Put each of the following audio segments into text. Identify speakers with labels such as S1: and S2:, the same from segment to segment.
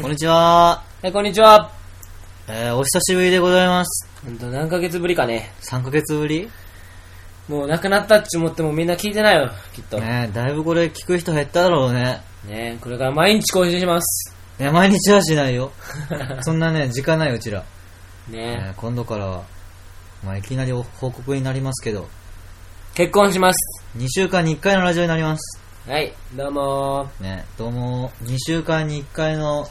S1: こんにちは。
S2: はい、こんにちは。
S1: えー、お久しぶりでございます。
S2: ほんと、何ヶ月ぶりかね。
S1: 3ヶ月ぶり
S2: もうなくなったっち思ってもみんな聞いてないよ、きっと。ね
S1: ねえだいぶこれ聞く人減っただろうね。
S2: これから毎日更新します。
S1: ね毎日はしないよ。そんなね、時間ないうちら。
S2: ね
S1: ね今度からは、まあ、いきなりお報告になりますけど、
S2: 結婚します。
S1: 2週間に1回のラジオになります。
S2: はい、どうも
S1: ねどうも、2週間に1回の、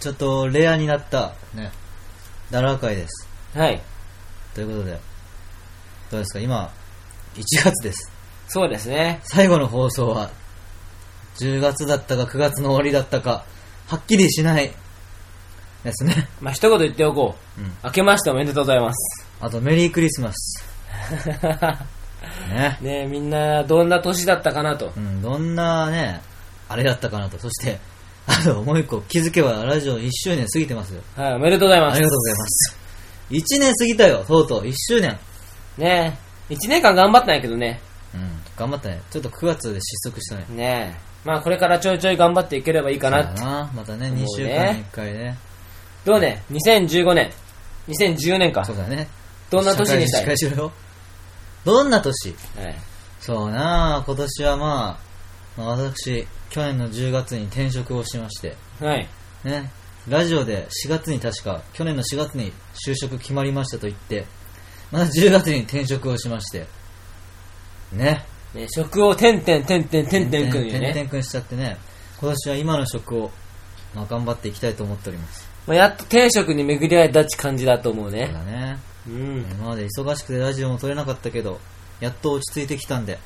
S1: ちょっとレアになった、ね、ダラー会です。
S2: ー。はい、
S1: ということで、どうですか今、1月です。
S2: そうですね。
S1: 最後の放送は、10月だったか9月の終わりだったか、はっきりしないですね。
S2: まあ、一言言っておこう。
S1: うん
S2: 明けましておめでとうござい ます。
S1: あと、メリークリスマス。ね。
S2: ねみんな、どんな年だったかなと
S1: う。ん、どんなね、あれだったかなと。そして、あと、もう一個、気づけばラジオ1周年過ぎてますよ。
S2: はい、おめでとうござい
S1: あ
S2: ま
S1: り
S2: す。
S1: がとうございます。1年過ぎたよ、とうとう、1周年。
S2: ね一年間頑張ったんやけどね。
S1: うん、頑張ったね。ちょっと9月で失速したね。
S2: ねまあ、これからちょいちょい頑張っていければいいかな
S1: そう
S2: って
S1: だな。またね、
S2: 思うね
S1: 2週間に1回ね。
S2: どうね、2015年。2014年か
S1: そ。うだね。
S2: どんな年にしたい
S1: 社会人司会しろよどんな年
S2: はい
S1: そうなあ今年はまあ、まあ私、去年の10月に転職をしまして、
S2: はい。
S1: ね、ラジオで4月に確か、去年の4月に就職決まりましたと言って、また10月に転職をしまして、ね、
S2: ね、職をてんてんてんてんてんてんくんよ
S1: 転
S2: ね。
S1: 々くんしちゃってね、今年は今の職を、まあ頑張っていきたいと思っております。
S2: まあ、やっと転職に巡り合えたっち感じだと思う
S1: そう
S2: ね。
S1: だね。
S2: うん。
S1: 今まで忙しくてラジオも撮れなかったけど、やっと落ち着いてきたんで、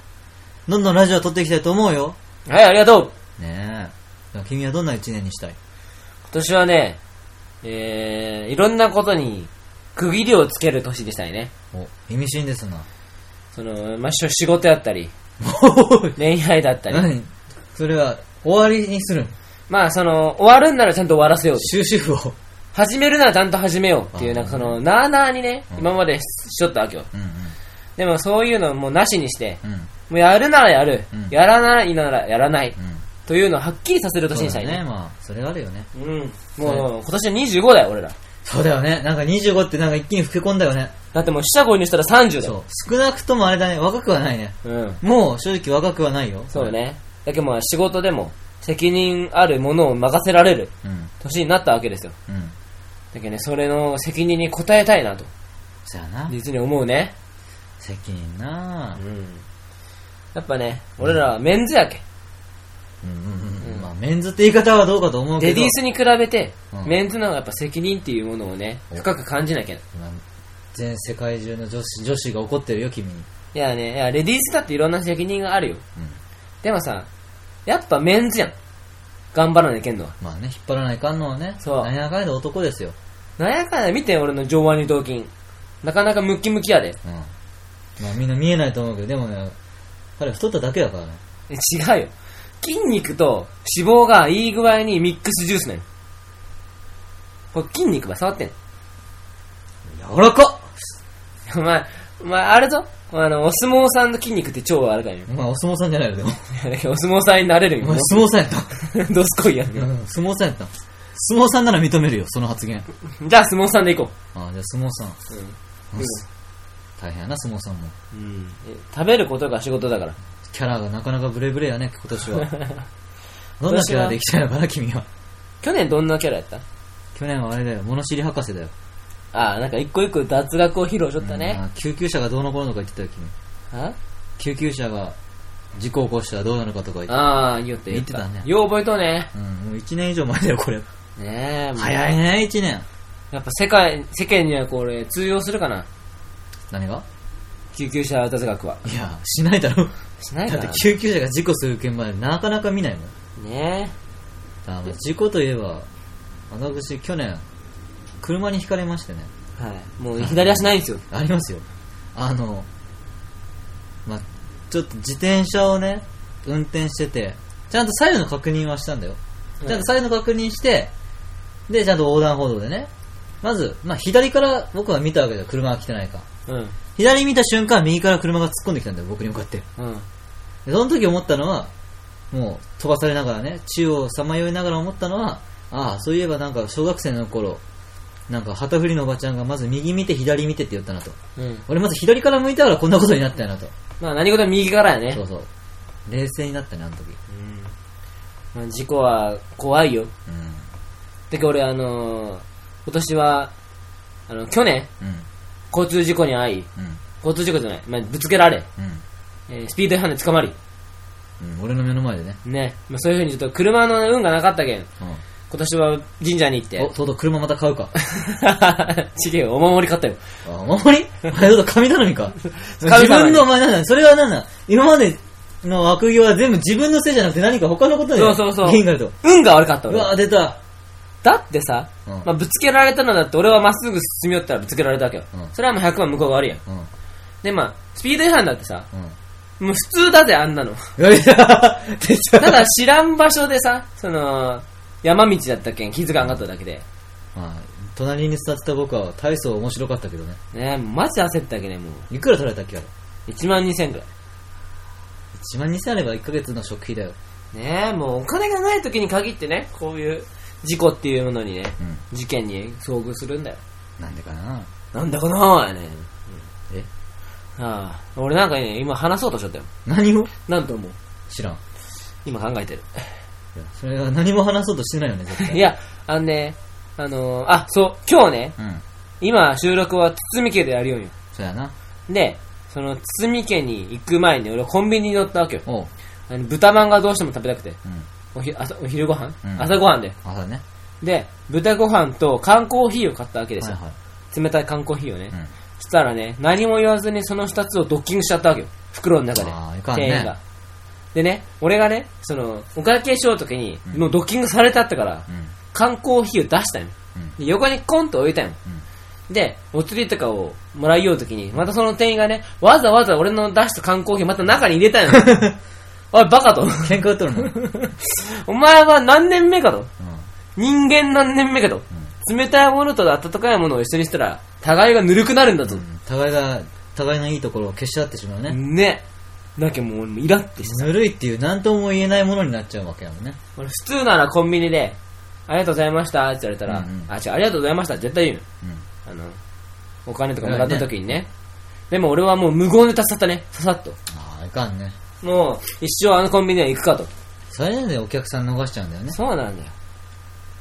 S1: どんどんラジオ撮っていきたいと思うよ。
S2: はい、ありがとう
S1: ねえ。でも君はどんな一年にしたい
S2: 今年はね、えー、いろんなことに区切りをつける年でしたいね。
S1: お、意味深ですな。
S2: その、まあ、しょ仕事やったり、 恋愛だったり。
S1: 何それは、終わりにするん
S2: まあ、その、終わるんならちゃんと終わらせよう。
S1: 終止符を。
S2: 始めるならちゃんと始めようっていう、
S1: あー
S2: なんかその、なあなあにね、今までしちょっとわけよ。
S1: うん
S2: でもそういうのもうなしにして、
S1: うん。うん。
S2: もうやるならやる
S1: うん、
S2: やらないならやらない、
S1: うん。
S2: というのをはっきりさせる年
S1: そう
S2: にし
S1: だ
S2: たいね
S1: ね。。まあ、それがあるよね。
S2: うん。もう、今年25だよ、俺ら。
S1: そうだよね。なんか25ってなんか一気に老け込んだよね。
S2: だってもう、四捨五入したら30だ
S1: そ
S2: よ。
S1: う。少なくともあれだね。若くはないね。
S2: うん。
S1: もう正直若くはないよ。
S2: そうだ。ね。だけどまあ、仕事でも、責任あるものを任せられる
S1: うん。
S2: 年になったわけですよ。
S1: うん。
S2: だけどね、それの責任に応えたいなと、
S1: そやな。
S2: 実に思うね。
S1: 責任な
S2: うん。やっぱね、俺らはメンズやけ。
S1: うんうんうん。まあ、メンズって言い方はどうかと思うけ
S2: レ
S1: ど。
S2: ディースに比べて
S1: うん、
S2: メンズの方がやっぱ責任っていうものをね、
S1: お
S2: 深く感じなきゃ。い
S1: 今全世界中の女子、女子が怒ってるよ、君に。
S2: やね、いや、レディースだっていろんな責任があるよ。
S1: うん。
S2: でもさ、やっぱメンズやん。頑張らなきゃいけんのは。
S1: まあね、引っ張らないかんのはね、
S2: そう
S1: 何やかんやで男ですよ。
S2: なんやかんや見て俺の上腕二頭筋。なかなかムッキムキやで。
S1: うん。まあみんな見えないと思うけど、でもね、彼太っただけだからね。
S2: え違うよ。筋肉と脂肪がいい具合にミックスジュースなの。これ筋肉ば触ってんの。
S1: 柔らか
S2: お前、お前あれぞ。あの、お相撲さんの筋肉って超あるからよ。
S1: っまあお相撲さんじゃないよ、でも。
S2: お相撲さんになれる
S1: お
S2: よ。
S1: 前相撲さんやった。
S2: どすこいやん。
S1: うん相撲さんやった。相撲さんなら認めるよ、その発言。
S2: じゃあ相撲さんで行こ
S1: ああ、じゃあ相撲さん。
S2: う。
S1: うん大変やな、相撲さんも。
S2: うん。うん、え食べることが仕事だから。
S1: キャラがなかなかブレブレやね、今年は。どんなキャラでいきたいのかな、君は。
S2: 去年どんなキャラやった
S1: 去年はあれだよ、物知り博士だよ。
S2: ああ、なんか一個一個脱落を披露しとった
S1: うん
S2: ね。
S1: あー救急車がどうのこうのとか言ってたよ、君。
S2: あ
S1: 救急車が事故を起こしたらどうなるかとか言って。
S2: ああ、言って
S1: 言ってたね
S2: よう覚えとうね。
S1: うん、もう1年以上前だよ、これ。
S2: ねえ、もう
S1: 早いね、1年。
S2: やっぱ世界、世間にはこれ通用するかな
S1: 何が
S2: 救急車脱学は。
S1: いや、しないだろ。
S2: しない
S1: だ
S2: か
S1: って
S2: な
S1: 救急車が事故する現場でなかなか見ないもん。
S2: ね
S1: だから事故といえば、私、去年、車にひかれましてね。
S2: え。はい。もう左足ないんですよ。
S1: ありますよ。あの、まあ、ちょっと自転車をね、運転してて、ちゃんと左右の確認はしたんだよ。
S2: うん
S1: ちゃんと左右の確認して、で、ちゃんと横断歩道でね。まず、まあ、左から僕は見たわけだよ。車が来てないか。
S2: うん。
S1: 左見た瞬間、右から車が突っ込んできたんだよ。僕に向かって。
S2: うん。
S1: でその時思ったのは、もう飛ばされながらね、宙をさまよいながら思ったのは、ああ、そういえばなんか小学生の頃、なんか旗振りのおばちゃんがまず右見て左見てって言ったなと。
S2: うん。
S1: 俺まず左から向いたからこんなことになったよなと。
S2: まあ何事も右からやね。
S1: そうそう。冷静になったね、あの時。
S2: うん。まあ事故は怖いよ。
S1: う
S2: てか俺あのー、今年は、あの、去年、
S1: ん。うん。
S2: 交通事故に遭い、
S1: うん。
S2: 交通事故じゃない、まあぶつけられ、えースピード違反で捕まり、
S1: うん。うん。俺の目の前でね。
S2: ね。まあそういう風にちょっと車の運がなかったけん、
S1: う
S2: 今年は神社に行っ
S1: ん。お、
S2: て、
S1: とうとう車また買うか。
S2: ちげえよ、お守り買ったよ。
S1: あ、お守 りあれだと神頼みか。
S2: 頼
S1: 自
S2: み
S1: 分のお前なんだ。それはなんだ。今までの悪行は全部自分のせいじゃなくて何か他のことで
S2: そうそうそう
S1: 原因があると。
S2: 運が悪かった
S1: う
S2: 俺。
S1: わ、出た。
S2: だってさ、
S1: うん
S2: まあ、ぶつけられたのだって俺はまっすぐ進み寄ったらぶつけられたわけよ、
S1: うん
S2: それはもう100万向こうが悪いやん
S1: うん。うん。
S2: でまあスピード違反だってさもう普通だぜあんなの
S1: やめた。出
S2: た
S1: た。
S2: だ知らん場所でさその山道だったけん気づかんかっただけで
S1: まあ、隣に座ってた僕は体操面白かったけどね。
S2: ねマジ焦ったけねも
S1: いくら取られたっけあれ。
S2: う1万2000くらい
S1: 1万2000あれば1ヶ月の食費だよ。
S2: ねもうお金がない時に限ってねこういう事故っていうものにね、
S1: うん
S2: 事件に遭遇するんだよ
S1: なんでかな
S2: なんだかなーやね
S1: え
S2: ああ俺なんかね今話そうとしちゃったよ
S1: 何を
S2: なんと思う
S1: 知らん。い
S2: 今考えてる
S1: や、それは何も話そうとしてないよね、絶対。
S2: いや、あのね、あのーあ、そう、今日ね、
S1: うん。
S2: 今収録は堤家でやるよんよ。
S1: そうやな。
S2: で、その堤家に行く前に俺コンビニに寄ったわけよ。
S1: おう。
S2: あの豚まんがどうしても食べたくて。
S1: うん。
S2: おひ朝お昼ご飯、
S1: うん
S2: 朝ご飯で。
S1: あ、そうだね。
S2: で、豚ご飯と缶コーヒーを買ったわけです
S1: はい
S2: よ。
S1: は
S2: 冷たい缶コーヒーをね。
S1: い。うん。
S2: そしたらね、何も言わずにその二つをドッキングしちゃったわけよ。袋の中で。
S1: あーいかんね
S2: 店員が。でね、俺がね、その、お会計しようときに、もうドッキングされたってから、
S1: うん。
S2: 缶コーヒーを出したんよ。
S1: うん。
S2: で横にコンと置いたんよ。
S1: うん。
S2: で、お釣りとかをもらいようときに、またその店員がね、わざわざ俺の出した缶コーヒーまた中に入れた んよ。おい、バカと。
S1: 喧嘩売っとるのうん。
S2: お前は何年目かと。人間何年目かと。冷たいものと温かいものを一緒にしたら、互いがぬるくなるんだぞ。
S1: 互いが、互いのいいところを消し合ってしまうね。
S2: ね。だけどもう俺もイラってして
S1: ぬるいっていう何とも言えないものになっちゃうわけやもんね。
S2: 俺普通ならコンビニで、ありがとうございましたって言われたら、
S1: うんうん
S2: あ、違う、ありがとうございましたって絶対言うの。
S1: う
S2: あの、お金とかもらった時にね。でも俺はもう無言で助かったね。ささっと。
S1: ん。ああ、いかんね。
S2: もう、一生あのコンビニは行くかと。
S1: それでお客さん逃しちゃうんだよね。
S2: そうなんだよ。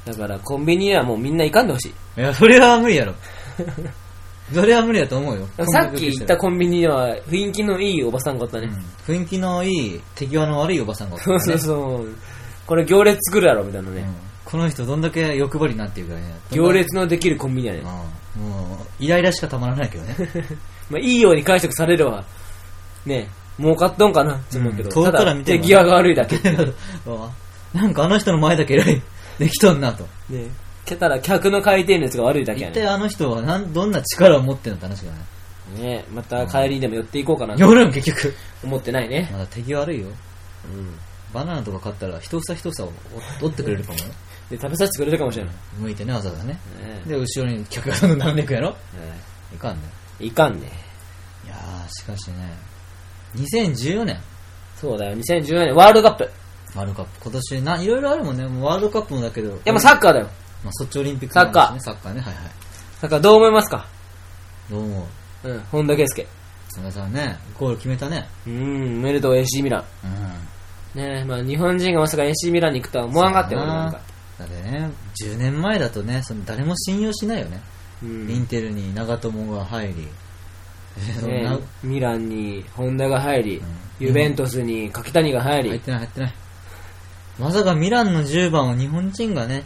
S2: だからコンビニにはもうみんな行かんでほしい。
S1: いや、それは無理や ろ。それは無理だと思うよ。
S2: さっき言ったコンビニには雰囲気のいいおばさんがおった
S1: う
S2: ね。
S1: ん雰囲気のいい、手際の悪いおばさんがおった
S2: そ
S1: ね
S2: うそうそう。これ行列作るやろ、みたいな
S1: う
S2: ね
S1: ん。この人どんだけ欲張りなんていうかね。
S2: 行列のできるコンビニやね。
S1: うんもう、イライラしかたまらないけどね。
S2: まあ、いいように解釈されるわ。ね儲かっとんかなって思うけど、
S1: うん遠くか
S2: た
S1: ら
S2: だ
S1: 見て
S2: 手
S1: も
S2: 際が悪いだけ。ね
S1: なんかあの人の前だけ偉いできとんなと。
S2: けたら客の回転率が悪いだけや
S1: 一
S2: ね。
S1: 体あの人はなんどんな力を持ってんのって話がね。
S2: ねまた帰りにでも寄っていこうかなと
S1: 夜も結局。
S2: 思ってないね。
S1: まだ手際悪いよ。バナナとか買ったら一房一房を折ってくれるかもよ。
S2: で、食べさせてくれるかもしれない。ね
S1: 向いてね、わざわざね。
S2: え
S1: で、後ろに客がどんどん並んでくやろ
S2: ね
S1: いかんね。
S2: いかんね。
S1: いやー、しかしね、2014年、
S2: そうだよ、2014年、ワールドカップ。い
S1: ワールドカップ。今年な、いろいろあるもんね。もうワールドカップもだけど。
S2: や、もうサッカーだよ。
S1: まあ、ソチオリンピック
S2: サッカー
S1: もあるしね、サッカーね、はいはい。
S2: サッカーどう思いますか
S1: どうも、
S2: うん、本田圭佑。
S1: 皆さんね、ゴール決めたね。
S2: うーん、メルド AC ミラ
S1: うん。
S2: ン。ねえ、まあ日本人がまさか AC ミランに行くとは思わんかったよ、
S1: そう
S2: 俺
S1: だな
S2: なんか。
S1: だってね、10年前だとね、その誰も信用しないよね。
S2: う
S1: イ
S2: ん。
S1: ンテルに長友が入り、そんな
S2: ねえミランに本田が入り、
S1: ん
S2: ユベントスに柿谷が入り、
S1: 入ってない入ってない。まさかミランの10番を日本人がね、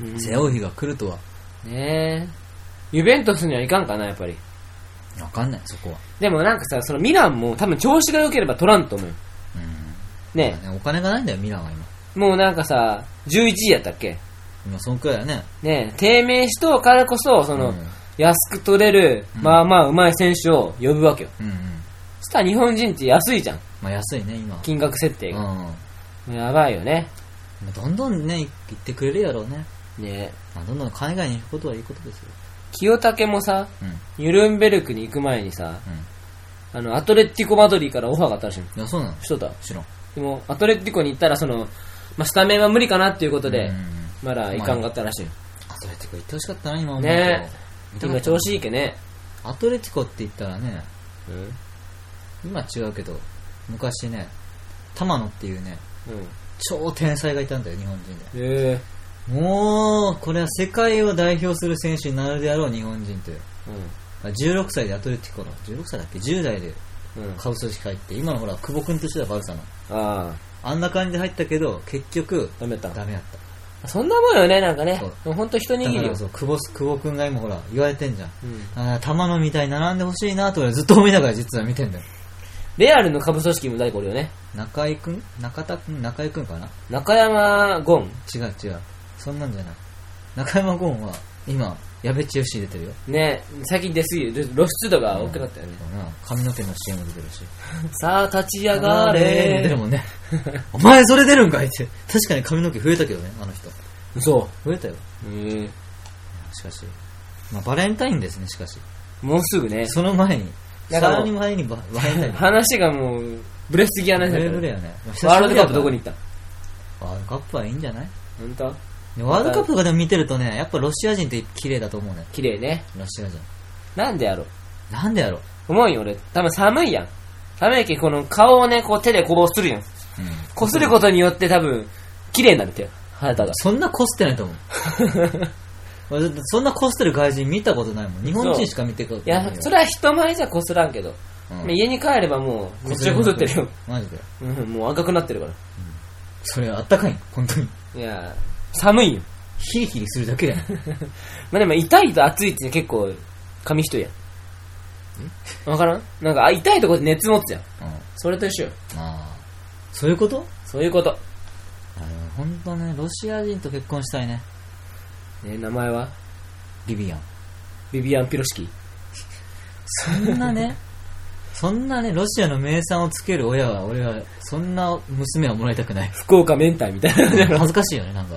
S2: うん
S1: 背負う日が来るとは、
S2: ねえ、ユベントスにはいかんかな、やっぱり。
S1: わかんない、そこは。
S2: でもなんかさ、そのミランも多分調子が良ければ取らんと思うよ。
S1: うん。
S2: ね
S1: ねお金がないんだよ、ミランは今。
S2: え、もうなんかさ、11位やったっけ
S1: 今、そんくらいだね。
S2: ねえ、低迷しとうからこそ、その、
S1: うん
S2: 安く取れる、まあまあうまい選手を呼ぶわけよ。
S1: うんうん。
S2: そしたら日本人って安いじゃん。
S1: まあ、安いね、今。
S2: 金額設定
S1: うん
S2: が。。やばいよね。
S1: まあどんどんね、行ってくれるやろうね。
S2: ねえ
S1: まあ、どんどん海外に行くことはいいことですよ。
S2: 清武もさ、
S1: うん。
S2: ニュルンベルクに行く前にさ、
S1: う
S2: あの、アトレッティコマドリーからオファーがあったらしいの。
S1: ん。いや、そうなの
S2: しとった。
S1: 知らん。
S2: でも、アトレッティコに行ったら、その、まあ、スタメンは無理かなっていうこと
S1: う
S2: で、
S1: んうんうん
S2: まだいかんかったらしいよ。
S1: アトレティコ行ってほしかったな、今思うと
S2: ね
S1: 見たか
S2: 今
S1: った
S2: 調子いいけね。
S1: アトレティコって言ったらね、今違うけど、昔ね、玉野っていうね、
S2: うん。
S1: 超天才がいたんだよ、日本人で。
S2: へえ。
S1: もう、これは世界を代表する選手になるであろう日本人という。あ16歳でアトレティコの、16歳だっけ ?10 代で
S2: うん。うん。あ
S1: 株組織入って、今のほら、久保君としてはバルサの。
S2: あ、
S1: あんな感じで入ったけど、結局、
S2: ダメだった
S1: ダメだった。
S2: そんなもんよね、なんかね
S1: そう。
S2: ほんと一握
S1: だか
S2: りよ
S1: ら。そう、久保、久保君が今ほら、言われてんじゃん。
S2: うん
S1: ああ、玉野みたいに並んでほしいなと俺はずっと思いながら実は見てんだよ。
S2: レアルの株組織も誰かおるよね。
S1: 中井くん中田くん中井くんかな
S2: 中山ゴン。
S1: 違う違う。そんなんじゃない。中山ゴンは、今、矢部千代入れてるよ。
S2: ね、最近出すぎる。露出度が多くなったよね。
S1: そうな髪の毛の CM 出てるし。
S2: さあ、立ち上が
S1: 出てる
S2: れ。
S1: もんね。お前それ出るんかいって。確かに髪の毛増えたけどね、あの人。
S2: 嘘。
S1: 増えたよ。
S2: へえ。
S1: しかし。まあ、バレンタインですね、しかし。
S2: もうすぐね。
S1: その前に。
S2: だ
S1: さ
S2: から
S1: らに前にババレンタイン。
S2: 話がもう、ブレすぎやな
S1: ブ
S2: い
S1: レブレやね。
S2: ワールドカップどこに行った
S1: ワールドカップはいいんじゃない
S2: 本当
S1: でワールドカップとかでも見てるとね、やっぱロシア人って綺麗だと思うね。
S2: 綺麗ね。
S1: ロシア人。
S2: なんでやろう。
S1: なんでやろう。
S2: 思うよ、俺。多分寒いやん。寒いけどこの顔をね、こう手でこぼするやん。こすることによって多分、綺麗になるってよ。肌が。
S1: そんなこすってないと思う。俺 だってそんなこすってる外人見たことないもん。日本人しか見てく
S2: いや、それは人前じゃこすらんけど。
S1: うん
S2: 家に帰ればもう、めっちゃこすってるよ。。
S1: マジで。
S2: うん、もう赤くなってるから。
S1: それあったかいん本当に。
S2: いや、寒いよ。
S1: ヒリヒリするだけ やん。
S2: まあでも痛いと暑いって結構、紙一重やん。わからんなんか、あ痛いとこで熱持つやん。それと一緒よ。
S1: あーそういうこと
S2: そういうこと。
S1: 本当ね、ロシア人と結婚したいね。
S2: ね、名前は
S1: ビビアン。
S2: ビビアン・ピロシキ。。
S1: そんなね、 そんなね、ロシアの名産をつける親は、俺は、そんな娘はもらいたくない
S2: 福岡明太みたい な。ね
S1: 恥ずかしいよね、なんか。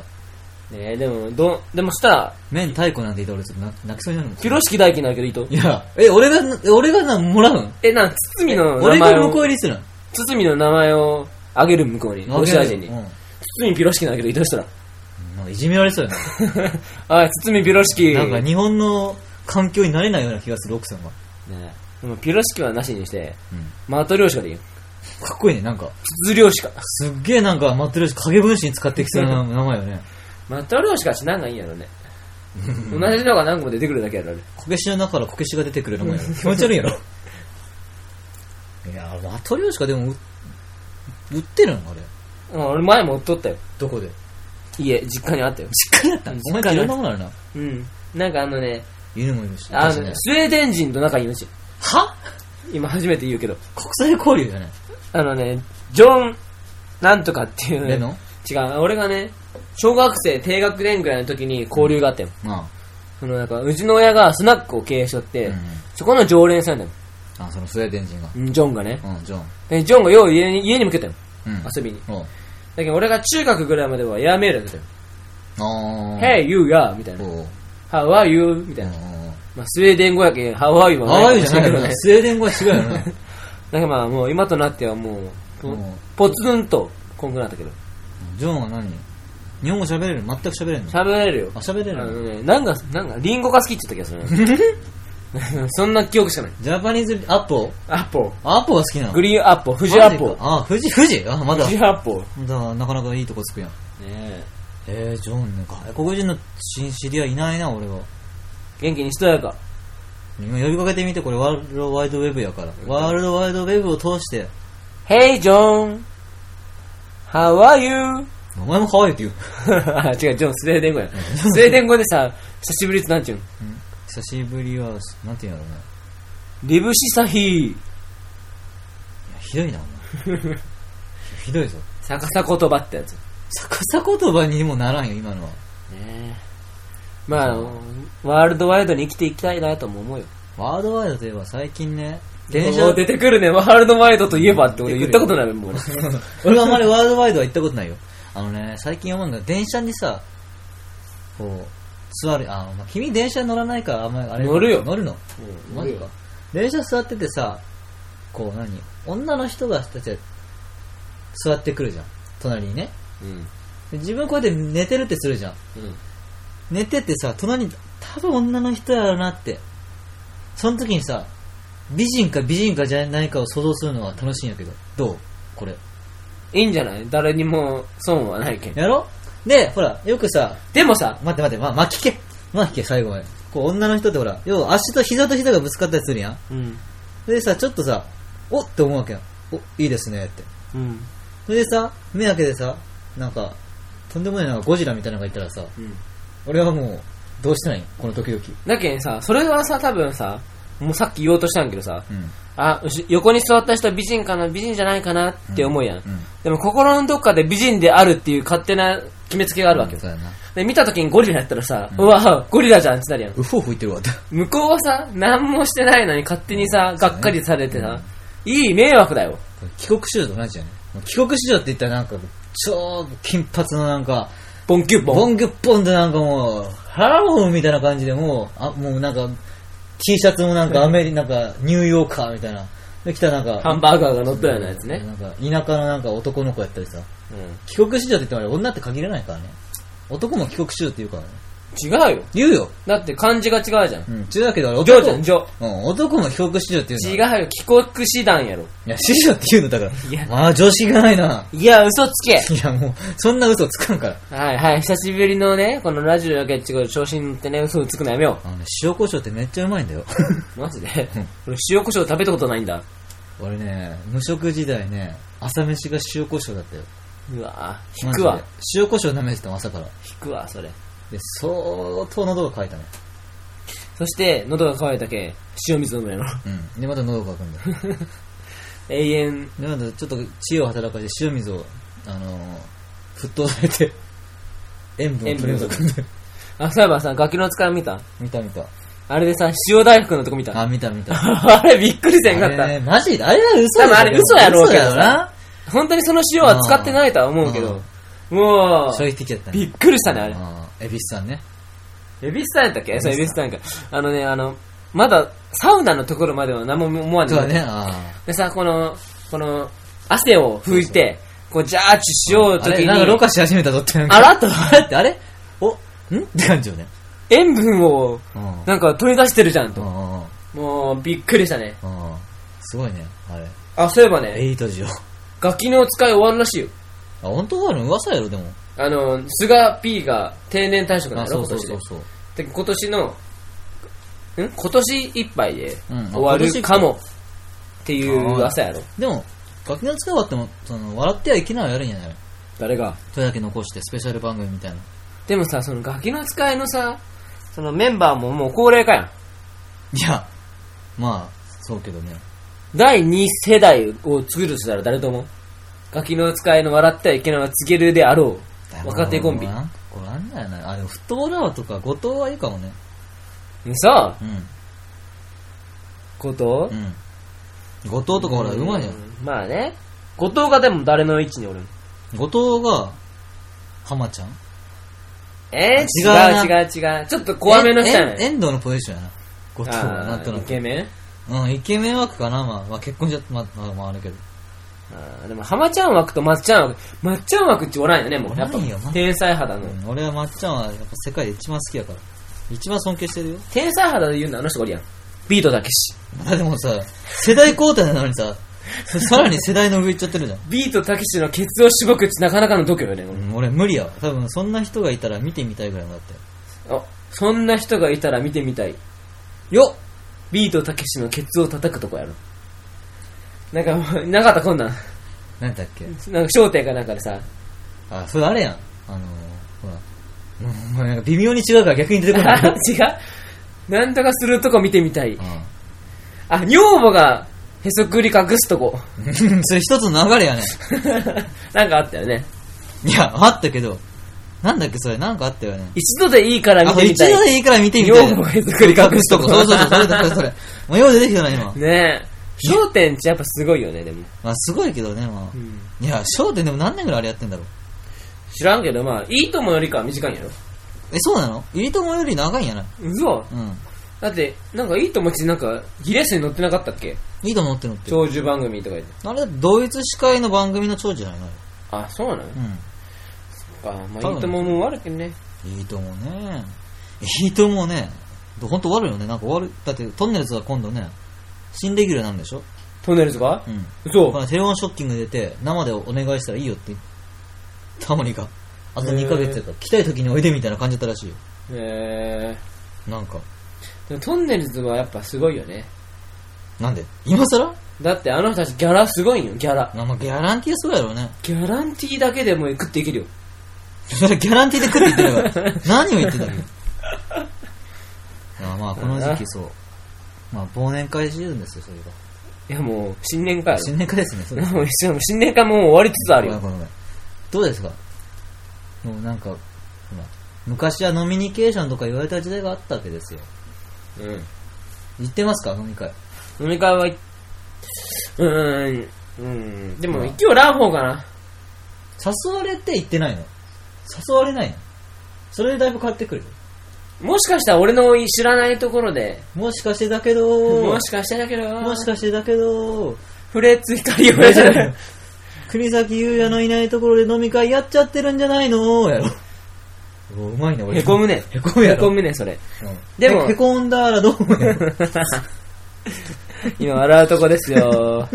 S2: え、でも、どう、でもしたら、
S1: 麺太鼓なんて言ったら俺ちょっと泣泣きそうになるもん
S2: ピロシキ大輝なんだけどいいと
S1: いや、え、俺が、え俺がな、もらうん
S2: え、なん、堤の名
S1: 俺
S2: 前
S1: が向こう
S2: を、
S1: 入りするん
S2: 堤の名前をあげる向こうに、ロシア人に
S1: う。ん。
S2: 堤ピロシキなんだけどいいとしたら。
S1: なんかいじめられそうや
S2: あ、堤ピロシキ。
S1: な。なんか日本の環境になれないような気がする、奥さんが。
S2: ねでもピロシキはなしにして、
S1: うん。
S2: マトリョーシカでいいよ。
S1: かっこいいね、なんか。
S2: 筒漁師か。
S1: すっげえなんか、待ってるし、影分身使ってきそうな名前よね。
S2: マトリョーシカしなんかいいんやろね。同じのが何個も出てくるだけやろ、あれ。
S1: こけしの中からこけしが出てくるのもんやろ。気持ち悪いやろ。いやー、マトリョーシカでもう、売ってるんあれ。
S2: うん俺前も追っとったよ。
S1: どこで
S2: 家、実家にあったよ。
S1: 実家にあった
S2: うん
S1: お前っていろんなものあるな。
S2: うん。なんかあのね、
S1: 犬もいるし。
S2: あの、
S1: 私ね
S2: スウェーデン人と仲いいのち。
S1: は
S2: 今初めて言うけど。
S1: 国際交流じゃない
S2: あのね、ジョン、なんとかっていう
S1: レ
S2: ね。
S1: ノン
S2: 違う、俺がね、小学生低学年ぐらいの時に交流があったよ。
S1: あ
S2: そのなんか、うちの親がスナックを経営しとって、
S1: うんうん
S2: そこの常連さんだよ。
S1: あ。あ、そのスウェーデン人が。
S2: うんジョンがね。
S1: うん、ジョン。
S2: で、ジョンがよう家に家に向けたよ。
S1: うん。
S2: 遊びに。
S1: おう
S2: だけど俺が中学ぐらいまではエアメールだったよ。
S1: あー。
S2: Hey, you, yeah, みたいな。
S1: おう
S2: How are you? みたいな。まあ、スウェーデン語やけん、How are you? は
S1: ハワイじゃない
S2: か
S1: よ
S2: もしれん
S1: ね。スウェーデン語は違うよね。
S2: だけどまあ、もう今となってはもう、
S1: う
S2: ぽ
S1: ん
S2: ぽつんと、こんぐらいだったけど。
S1: ジョンは何日本語喋れる全く喋れるのあ、
S2: 喋れるよ。
S1: 喋れ
S2: あ
S1: るの
S2: のね、なんか、なんか、リンゴが好きって言った気がするね。 そんな記憶しかない。
S1: ジャパニーズアポ
S2: アッポ
S1: アポが好きなの
S2: グ
S1: リ
S2: リーンアッポフジアッポ
S1: あ、富士、富士あ、まだ
S2: フ。ジアッポね
S1: まだ、なかなかいいとこつくやん。
S2: え。
S1: えー、ジョンね、外国人の新知り合いいないな、俺は。
S2: 元気にしとやか。
S1: 今呼びかけてみて、これワールドワイドウェブやから。ワールドワイドウェブを通して、
S2: Hey, John! How are you?
S1: お前も可愛いって言う。
S2: あ違う、ジョン、スウェーデン語や。スウェーデン語でさ、久しぶりってなんちゅうん
S1: 久しぶりは、なんて言うんだろうね。
S2: リブシサヒー。
S1: いやひどいな、お 前ひどいぞ。
S2: 逆さ言葉ってやつ。ね
S1: 逆さ言葉にもならんよ、今のは。
S2: え。まあ、ワールドワイドに生きていきたいなとも思うよ。
S1: ワールドワイドといえば最近ね、電車
S2: お、出てくるね、ワールドワイドといえばって俺言ったことない もん、俺。
S1: 俺はあんまりワールドワイドは行ったことないよ。あのね、最近思うんだけど、電車にさ、こう、座る、あ、まあ、君電車乗らないから、あんまりあれ。
S2: 乗るよ
S1: 乗るの。マジか。電車座っててさ、こう何女の人がたちが座ってくるじゃん。隣にね。
S2: うん。
S1: で自分こうやって寝てるってするじゃん。
S2: うん。
S1: 寝ててさ、隣に多分女の人やろうなって。その時にさ、美人か美人かじゃないかを想像するのは楽しいんやけど。どうこれ。
S2: いいんじゃない誰にも損はないけん。
S1: やろで、ほら、よくさ、
S2: でもさ、
S1: 待って待って、ま、巻きけ。巻きけ、最後まで。こう、女の人ってほら、要は足と膝と膝がぶつかったりするやん。
S2: うん。
S1: でさ、ちょっとさ、おっって思うわけやん。お、いいですねって。
S2: うん。
S1: それでさ、目開けてさ、なんか、とんでもないのがゴジラみたいなのがいたらさ、
S2: うん。
S1: 俺はもう、どうしたらいいんこの時々。
S2: だけんさ、それはさ、多分さ、もうさっき言おうとしたんやけどさ、
S1: うん。
S2: あ、うし横に座った人は美人かな、美人じゃないかなって思うやん。
S1: うん
S2: でも心のどっかで美人であるっていう勝手な決めつけがあるわけよ。
S1: そうやな。
S2: で、見た時にゴリラやったらさ、うわ、ゴリラじゃんってなるやん。
S1: ウフォ吹いてるわって。
S2: 向こうはさ、何もしてないのに勝手にさ、がっかりされてさ、いい迷惑だよ。
S1: 帰国子女と同じやね。帰国子女って言ったらなんか、超金髪のなんか、
S2: ボンキュッボ
S1: ボ
S2: ン。
S1: ンギュッポンでなんかもう、ハローみたいな感じでもう、あ、もうなんか、T シャツもなんかアメリ、なんかニューヨーカーみたいな。で、来たなんか、
S2: ハンバーガーが乗ったようなやつね。
S1: なんか、田舎のなんか男の子やったりさ。
S2: うん。
S1: 帰国子女って言ってもあれ女って限らないからね。男も帰国子女って言うからね。
S2: 違うよ。
S1: 言うよ。
S2: だって漢字が違うじゃん。
S1: うん。違うだけどあれ
S2: ジョー
S1: 男。
S2: じゃん、ジョ。
S1: うん、男も帰国子女って言う
S2: 違
S1: の。
S2: うよ、帰国師団やろ。
S1: いや、子女って言うのだから。
S2: いや
S1: まあ、常識がないな。
S2: いや、嘘つけ
S1: いや、もう、そんな嘘つかんから。
S2: はいはい、久しぶりのね、このラジオやけっちこ調子に乗ってね、嘘をつくのやめよ
S1: あのね、塩胡椒ってめっちゃうまいんだよ。
S2: う。マジで。俺塩胡椒食べたことないんだ。
S1: 俺ね、無職時代ね、朝飯が塩胡椒だったよ。
S2: うわぁ、引
S1: マジ
S2: く
S1: で
S2: わ。。
S1: 塩胡椒舐めてたの朝から。
S2: 引くわ、それ。
S1: で、相当喉が渇いたね。
S2: そして、喉が渇いたけ、塩水飲むやろ。
S1: うん。で、また喉が渇くんだよ。
S2: 永遠、
S1: で、またちょっと知恵を働かして塩水を、あのー、沸騰され て、塩分を取り除くんだよ。
S2: あ、そういえばさ、ガキの使い見た
S1: 見た見た。
S2: あれでさ、塩大福のとこ見た。
S1: あ、見た見た。
S2: あれびっくりせんか
S1: あ
S2: った。
S1: れね、マジであれは嘘だ
S2: 多分あれ嘘やろうけどな
S1: 嘘だよな。
S2: 本当にその塩は使ってないとは思うけど。も
S1: 衝
S2: う、
S1: 撃的だったね。
S2: びっくりしたね、あれ。
S1: エビスさんね。
S2: エビスタンやったっけそう、エビスタンか。あのね、あの、まだ、サウナのところまでは何も思わない。
S1: そうだね、あ
S2: でさ、この、この、汗を拭いて、こう、ジャーッチしよう
S1: あ。あ
S2: とき
S1: れ、
S2: に、
S1: なんかろ過し始めたぞってなんか。
S2: あらっと、
S1: ってあれおんって感じよね。
S2: 塩分を、
S1: うん。
S2: なんか取り出してるじゃん
S1: う
S2: と。
S1: んうん
S2: もう、びっくりしたね。
S1: うん。すごいね、あれ。
S2: あ、そういえばね、
S1: エイトジオ。あ、
S2: ガキの使い終わるらしいよ。
S1: 本当はある噂やろ、でも。
S2: あの、菅 P が定年退職な
S1: あ、
S2: の
S1: そ
S2: 今
S1: うそう
S2: 年で
S1: そう。そう。
S2: で今年の、ん今年いっぱいで
S1: うんあ
S2: 終わるかもってい
S1: 今年
S2: う
S1: か
S2: 噂やろ。
S1: でも、ガキの使い終わっても、その、笑ってはいけないはやるんじゃない
S2: 誰が
S1: それだけ残して、スペシャル番組みたいな。
S2: でもさ、そのガキの使いのさ、そのメンバーももう高齢化やん。
S1: いや、まあ、そうけどね。
S2: 第2世代を作るとしたら誰と思うガキの使いの笑ってはいけないは告げるであろう。若手コンビ。
S1: なんかこれあんだよな。あ、でもフットボールアワーとか、後藤はいいかもね。
S2: さあ、
S1: うん。
S2: 後
S1: う
S2: 藤
S1: ん。後藤とかほら、うまいやん。
S2: ん。まあね。後藤がでも誰の位置におるん
S1: 後藤が、浜ちゃん
S2: え
S1: 違
S2: ー、
S1: うな
S2: 違う違う違う。ちょっと怖めの人や
S1: え
S2: ね
S1: え遠藤のポジションやな。後藤は、
S2: あ
S1: なんと
S2: ー
S1: な
S2: イ
S1: く。
S2: ケメン
S1: うん、イケメン枠かな、まあ、まあ、結婚しちゃって、まあ、まあ、まあ、あれけど。
S2: あーでも、浜ちゃん枠とまっちゃん枠。まっちゃん枠っちおらんよね、もう。やっぱ
S1: おらんよな、
S2: 天才肌の
S1: う。ん、俺はまっちゃんは、やっぱ世界で一番好きやから。一番尊敬してるよ。
S2: 天才肌で言うのはあの人がおりやん。ビートたけし。
S1: まあでもさ、世代交代なのに さ、そさらに世代の上行っちゃってるじゃん。
S2: ビートたけしのケツをしごくってなかなかの度胸よね、これ
S1: うん、俺無理やわ。多分そんな人がいたら見てみたいぐらいだって。
S2: あ、そんな人がいたら見てみたい。
S1: よっ
S2: ビートたけしのケツを叩くとこやろ。なんかもう、なかったこんなん。
S1: なんだっけ
S2: なんか、商店かなんかで さ。
S1: あ、それあれやん。あのー、ほら。うん、なんか微妙に違うから逆に出てこない。 うん。
S2: 違うなんとかするとこ見てみたい。あ、女房がへそくり隠すとこ。
S1: それ一つの流れやね
S2: なんかあったよね。
S1: ん。いや、あったけど、なんだっけそれ、なんかあったよね。
S2: 一度でいいから
S1: あ、
S2: 見
S1: こ
S2: て
S1: れ
S2: み
S1: 一
S2: たい。
S1: 度でいいから見てみたい。
S2: 女房が手作り隠すとこ
S1: そうそうそう、それだ、それ、それ。もうよう出てきたな、 今。
S2: ねえ。商店ってやっぱすごいよね、でも。
S1: まあ、すごいけどね、まあ。いや、笑点でも何年ぐらいあれやってんだろう。
S2: 知らんけど、まあ、いいともよりかは短いんやろ。
S1: え、そうなのいいともより長いんやな。
S2: 嘘
S1: うん。
S2: だって、なんかいいともちなんか、ギレースに乗ってなかったっけ
S1: いいともってのって。
S2: 長寿番組とか言って。
S1: あれ、同一司会の番組の長寿じゃないの
S2: あ、そうなの
S1: うん。
S2: か。まあ、いいとももう悪くね。
S1: いいともね。いいともね。ほんと悪いよね。なんか悪い。だって、トンネルズが今度ね、新レギュラーなんでしょ
S2: トンネルズが
S1: うん。
S2: 嘘
S1: このテレフォンショッキング出て、生でお願いしたらいいよって言った、タモリが。あと2ヶ月やから、来たい時においでみたいな感じだったらしいよ。
S2: え
S1: なんか、
S2: ー。でもトンネルズはやっぱすごいよね。
S1: なんで今更
S2: だってあの人たちギャラすごいんよ、ギャラ。
S1: あまあ、ギャランティーそうやろうね。
S2: ギャランティーだけでもう食っていけるよ。
S1: それギャランティーで食って言ってるから。何を言ってたっけあまあ、この時期そう。まあ、忘年会シーズンですよ、それが。
S2: いやもう、新年会や
S1: 新年会ですね、それ。
S2: ろ。もう一緒新年会もう終わりつ つある
S1: ごめんご
S2: よ。
S1: めんごめんどうですかもうなんか、ほら、昔は飲みニケーションとか言われた時代があったわけですよ。
S2: う
S1: 行ってますか飲み会。
S2: ん。飲み会は、うーん、うん。でも、一応ラー方かな。
S1: 誘われて行ってないの誘われないのそれでだいぶ変わってくるよ
S2: もしかしたら俺の知らないところで、
S1: もしかしてだけど、
S2: もしかしたらだけど、
S1: もしかしてだけど、
S2: フレーツ光をやじゃない。
S1: 国崎優也のいないところで飲み会やっちゃってるんじゃないのやろ。おうまいね、俺。
S2: へこむね。
S1: へこむや
S2: へ
S1: ろ。
S2: こむね、それ。
S1: うん
S2: でも
S1: へこんだらどう思うやろ
S2: 今笑うとこですよ。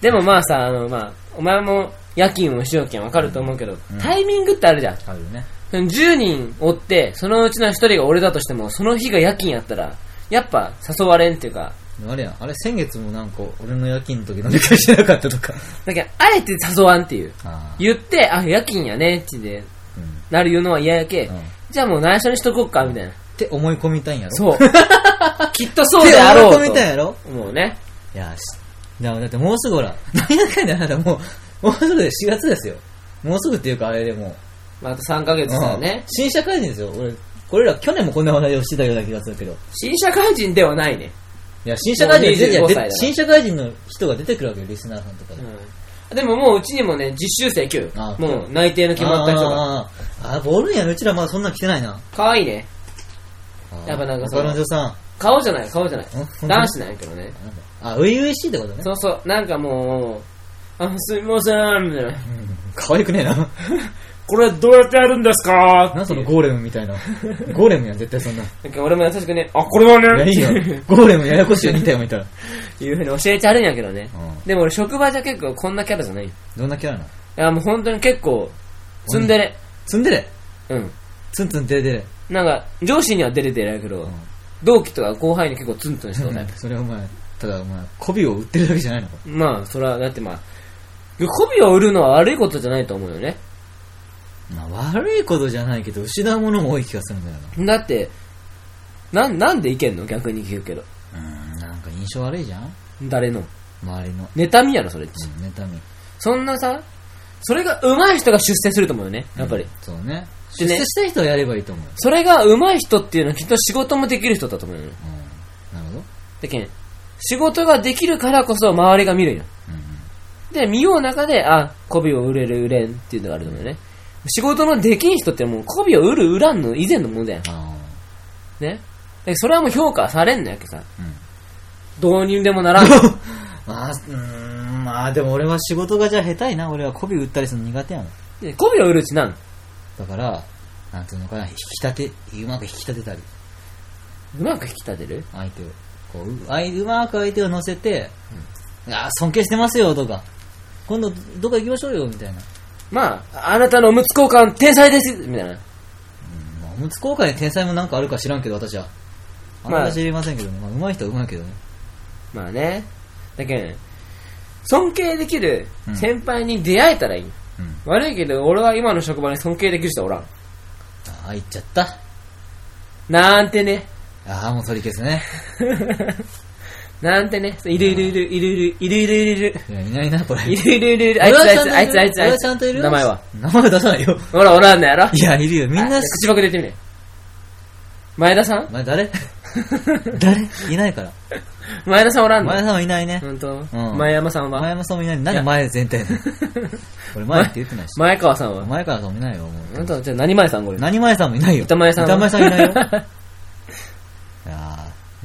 S2: でもまあさ、あの、まあ、お前も夜勤もしようけんわかると思うけど、
S1: うん
S2: タイミングってあるじゃん。
S1: あるよね。
S2: その10人おって、そのうちの1人が俺だとしても、その日が夜勤やったら、やっぱ誘われんっていうか、
S1: あれやん、あれ先月もなんか俺の夜勤の時飲み会してなかったとか。
S2: だけど、あえて誘わんっていう。
S1: あ
S2: 言って、あ、夜勤やねってで
S1: うん。っ
S2: なる言うのは嫌やけ、
S1: うん
S2: じゃあもう内緒にしとこっか、みたいな。
S1: て思い込みたいんやろ
S2: そう。きっとそう
S1: っ
S2: で
S1: て
S2: あろうと。
S1: 思い込みたいんやろ
S2: もうね。
S1: いや、し、だだってもうすぐほら、 何やかんやあなたもう、もうすぐで4月ですよ。もうすぐっていうかあれでもう。
S2: まあ、あと3ヶ月だね
S1: うん。新社会人ですよ。俺、これら去年もこんな話題をしてたような気がするけど。
S2: 新社会人ではないね。
S1: いや、新社会人、
S2: も
S1: いや
S2: う25歳だな
S1: で新社会人の人が出てくるわけよ、リスナーさんとかで。
S2: うん。でももううちにもね、実習生来る
S1: あ
S2: よ。もう内定の決まった人が。
S1: あーあー、ボールやね。うちらまだそんなん来てないな。
S2: 可愛いね。やっぱなんかそ
S1: そ
S2: の
S1: の女さん。
S2: 顔じゃない、顔じゃない
S1: ん。
S2: 男子なんやけどね。
S1: なんだあ、初々しいってことね。
S2: そうそう、なんかもう、あ、すみません、みたいな。
S1: うん可愛くねえ な。
S2: これどうやってやるんですか
S1: なんそのゴーレムみ たいな。ゴーレムやん、絶対そんな。
S2: なんか俺も優しくね、あ、これはい
S1: や、
S2: ね、
S1: い いよ
S2: っていう。
S1: ゴーレムややこしいよ、似たよ、見たら。
S2: いうふうに教えてあるんやけどね。
S1: うん
S2: でも俺職場じゃ結構こんなキャラじゃないよ。
S1: どんなキャラなの
S2: いや、もう本当に結構、ツンデレ。
S1: ツンデレ。
S2: うん。
S1: ツンツンデレデレ。
S2: なんか、上司には出れてるやけど、
S1: ん
S2: 同期とか後輩に結構ツンツンしそうなやつ。
S1: それはお前、ただお前、媚びを売ってるだけじゃないのか。
S2: まあ、それは、だってまあ、媚びを売るのは悪いことじゃないと思うよね。
S1: まあ、悪いことじゃないけど、失うものも多い気がするんだよ
S2: だって、なん、なんでいけんの逆に聞くけど。
S1: な。うん、なんか印象悪いじゃん
S2: 誰の
S1: 周りの。
S2: 妬みやろ、それって。
S1: うん、妬み。
S2: そんなさ、それが上手い人が出世すると思うよね、やっぱり。
S1: うんそうね。
S2: で
S1: 出
S2: ね
S1: 世したい人はやればいいと思うよ。
S2: それが上手い人っていうのはきっと仕事もできる人だと思うよね。
S1: うん。なるほど。
S2: だけん、仕事ができるからこそ周りが見るんよ。
S1: うん
S2: で、見よう中で、あ、媚びを売れる売れんっていうのがあると思うよね。仕事のできん人ってもう媚びを売る売らんの以前の問題やん。
S1: うん。あ
S2: ね。でそれはもう評価されんのやけさ。
S1: あ。うん。
S2: どうにでもならん。い
S1: まあ、うーん、まあでも俺は仕事がじゃあ下手いな。俺は媚び売ったりするの苦手やの。
S2: や媚びを売るうちなん。
S1: だから、なんていうのかな、引き立て、うまく引き立てたり、
S2: うまく引き立てる
S1: 相手を。こう、うあいうまく相手を乗せて、あー尊敬してますよとか、今度どっか行きましょうよみたいな。
S2: まあ、あなたのおむつ交換天才ですみたいな。
S1: うんまあおむつ交換で天才もなんかあるか知らんけど、私は。あんま
S2: まあ
S1: り知りませんけどね。まあ、上手い人は上手いけどね。
S2: まあね。だけど、尊敬できる
S1: うん
S2: 先輩に出会えたらいい。
S1: うん。
S2: 悪いけど、俺は今の職場に尊敬できる人はおらん。
S1: ああ、行っちゃった。
S2: なんてね。
S1: ああ、もう取り消すね。
S2: なんてね。いるいるいるいるいるいるいるいるいる。
S1: いや、いないな、これ。
S2: いるいるいるいる。あいつあいつあいつあいつあい
S1: ちゃんとい
S2: つ。
S1: る
S2: 名前は。。
S1: 名前は出さないよ。
S2: ほら、おらんのやろ
S1: いや、いるよ。みんな
S2: あ、口ばくで言ってみる。前田さん
S1: お前誰誰いないから。
S2: 前田さんおらんの
S1: 前田さんはいないね。
S2: ほんと
S1: うん
S2: 前山さん
S1: 前
S2: は
S1: 山さんもいない。なんで前全体なの俺前って言ってないし。
S2: 前川さんは
S1: 前からさんもいないよ。も
S2: あ
S1: うん
S2: た、じゃあ何前さんこれ
S1: 何前さんもいないよ。
S2: 板前さんは
S1: 板前さんいないよ。いや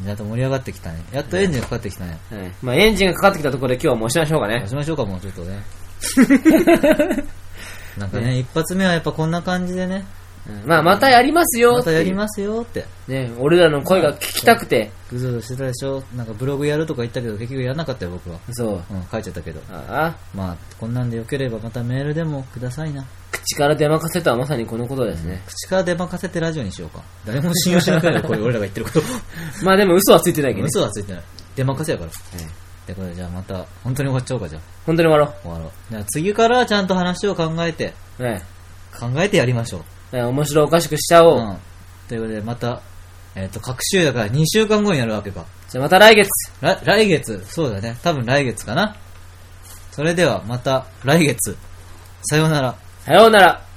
S1: ー、やっと盛り上がってきたね。やっとエンジンかかってきたね。
S2: はい。まあエンジンがかかってきたところで今日はもうおしましょうか
S1: 出
S2: ね。
S1: しましょうか、もうちょっとね。なんかね、一発目はやっぱこんな感じでね、
S2: うんまあ、またやりますよ
S1: またやり
S2: ま
S1: ますよって、
S2: ね、俺らの声が聞きたくて。
S1: ぐずぐずしてたでしょなんかブログやるとか言ったけど、結局やらなかったよ、僕は。
S2: そう。
S1: うん、書いちゃったけど。
S2: ああ、
S1: まあ、こんなんでよければまたメールでもくださいな。
S2: 口から出まかせとはまさにこのことですね。
S1: 口から出まかせてラジオにしようか。誰も信用しなくなるよ、これ俺らが言ってること。
S2: まあでも嘘はついてないけどね。
S1: 嘘はついてない。出まかせやから。
S2: ええ
S1: ってことで、じゃあまた、本当に終わっちゃおうか、じゃあ。
S2: 本当に終わろ
S1: 終わろう。じゃあ次からはちゃんと話を考えて、
S2: う。ね
S1: 考えてやりましょう。
S2: ね面白おかしくしちゃおう。
S1: ん。ということで、また、えっ、と、各週だから2週間後になるわけか。
S2: じゃあまた来月。
S1: 来、来月、そうだね。多分来月かな。それでは、また来月。さようなら。
S2: さようなら。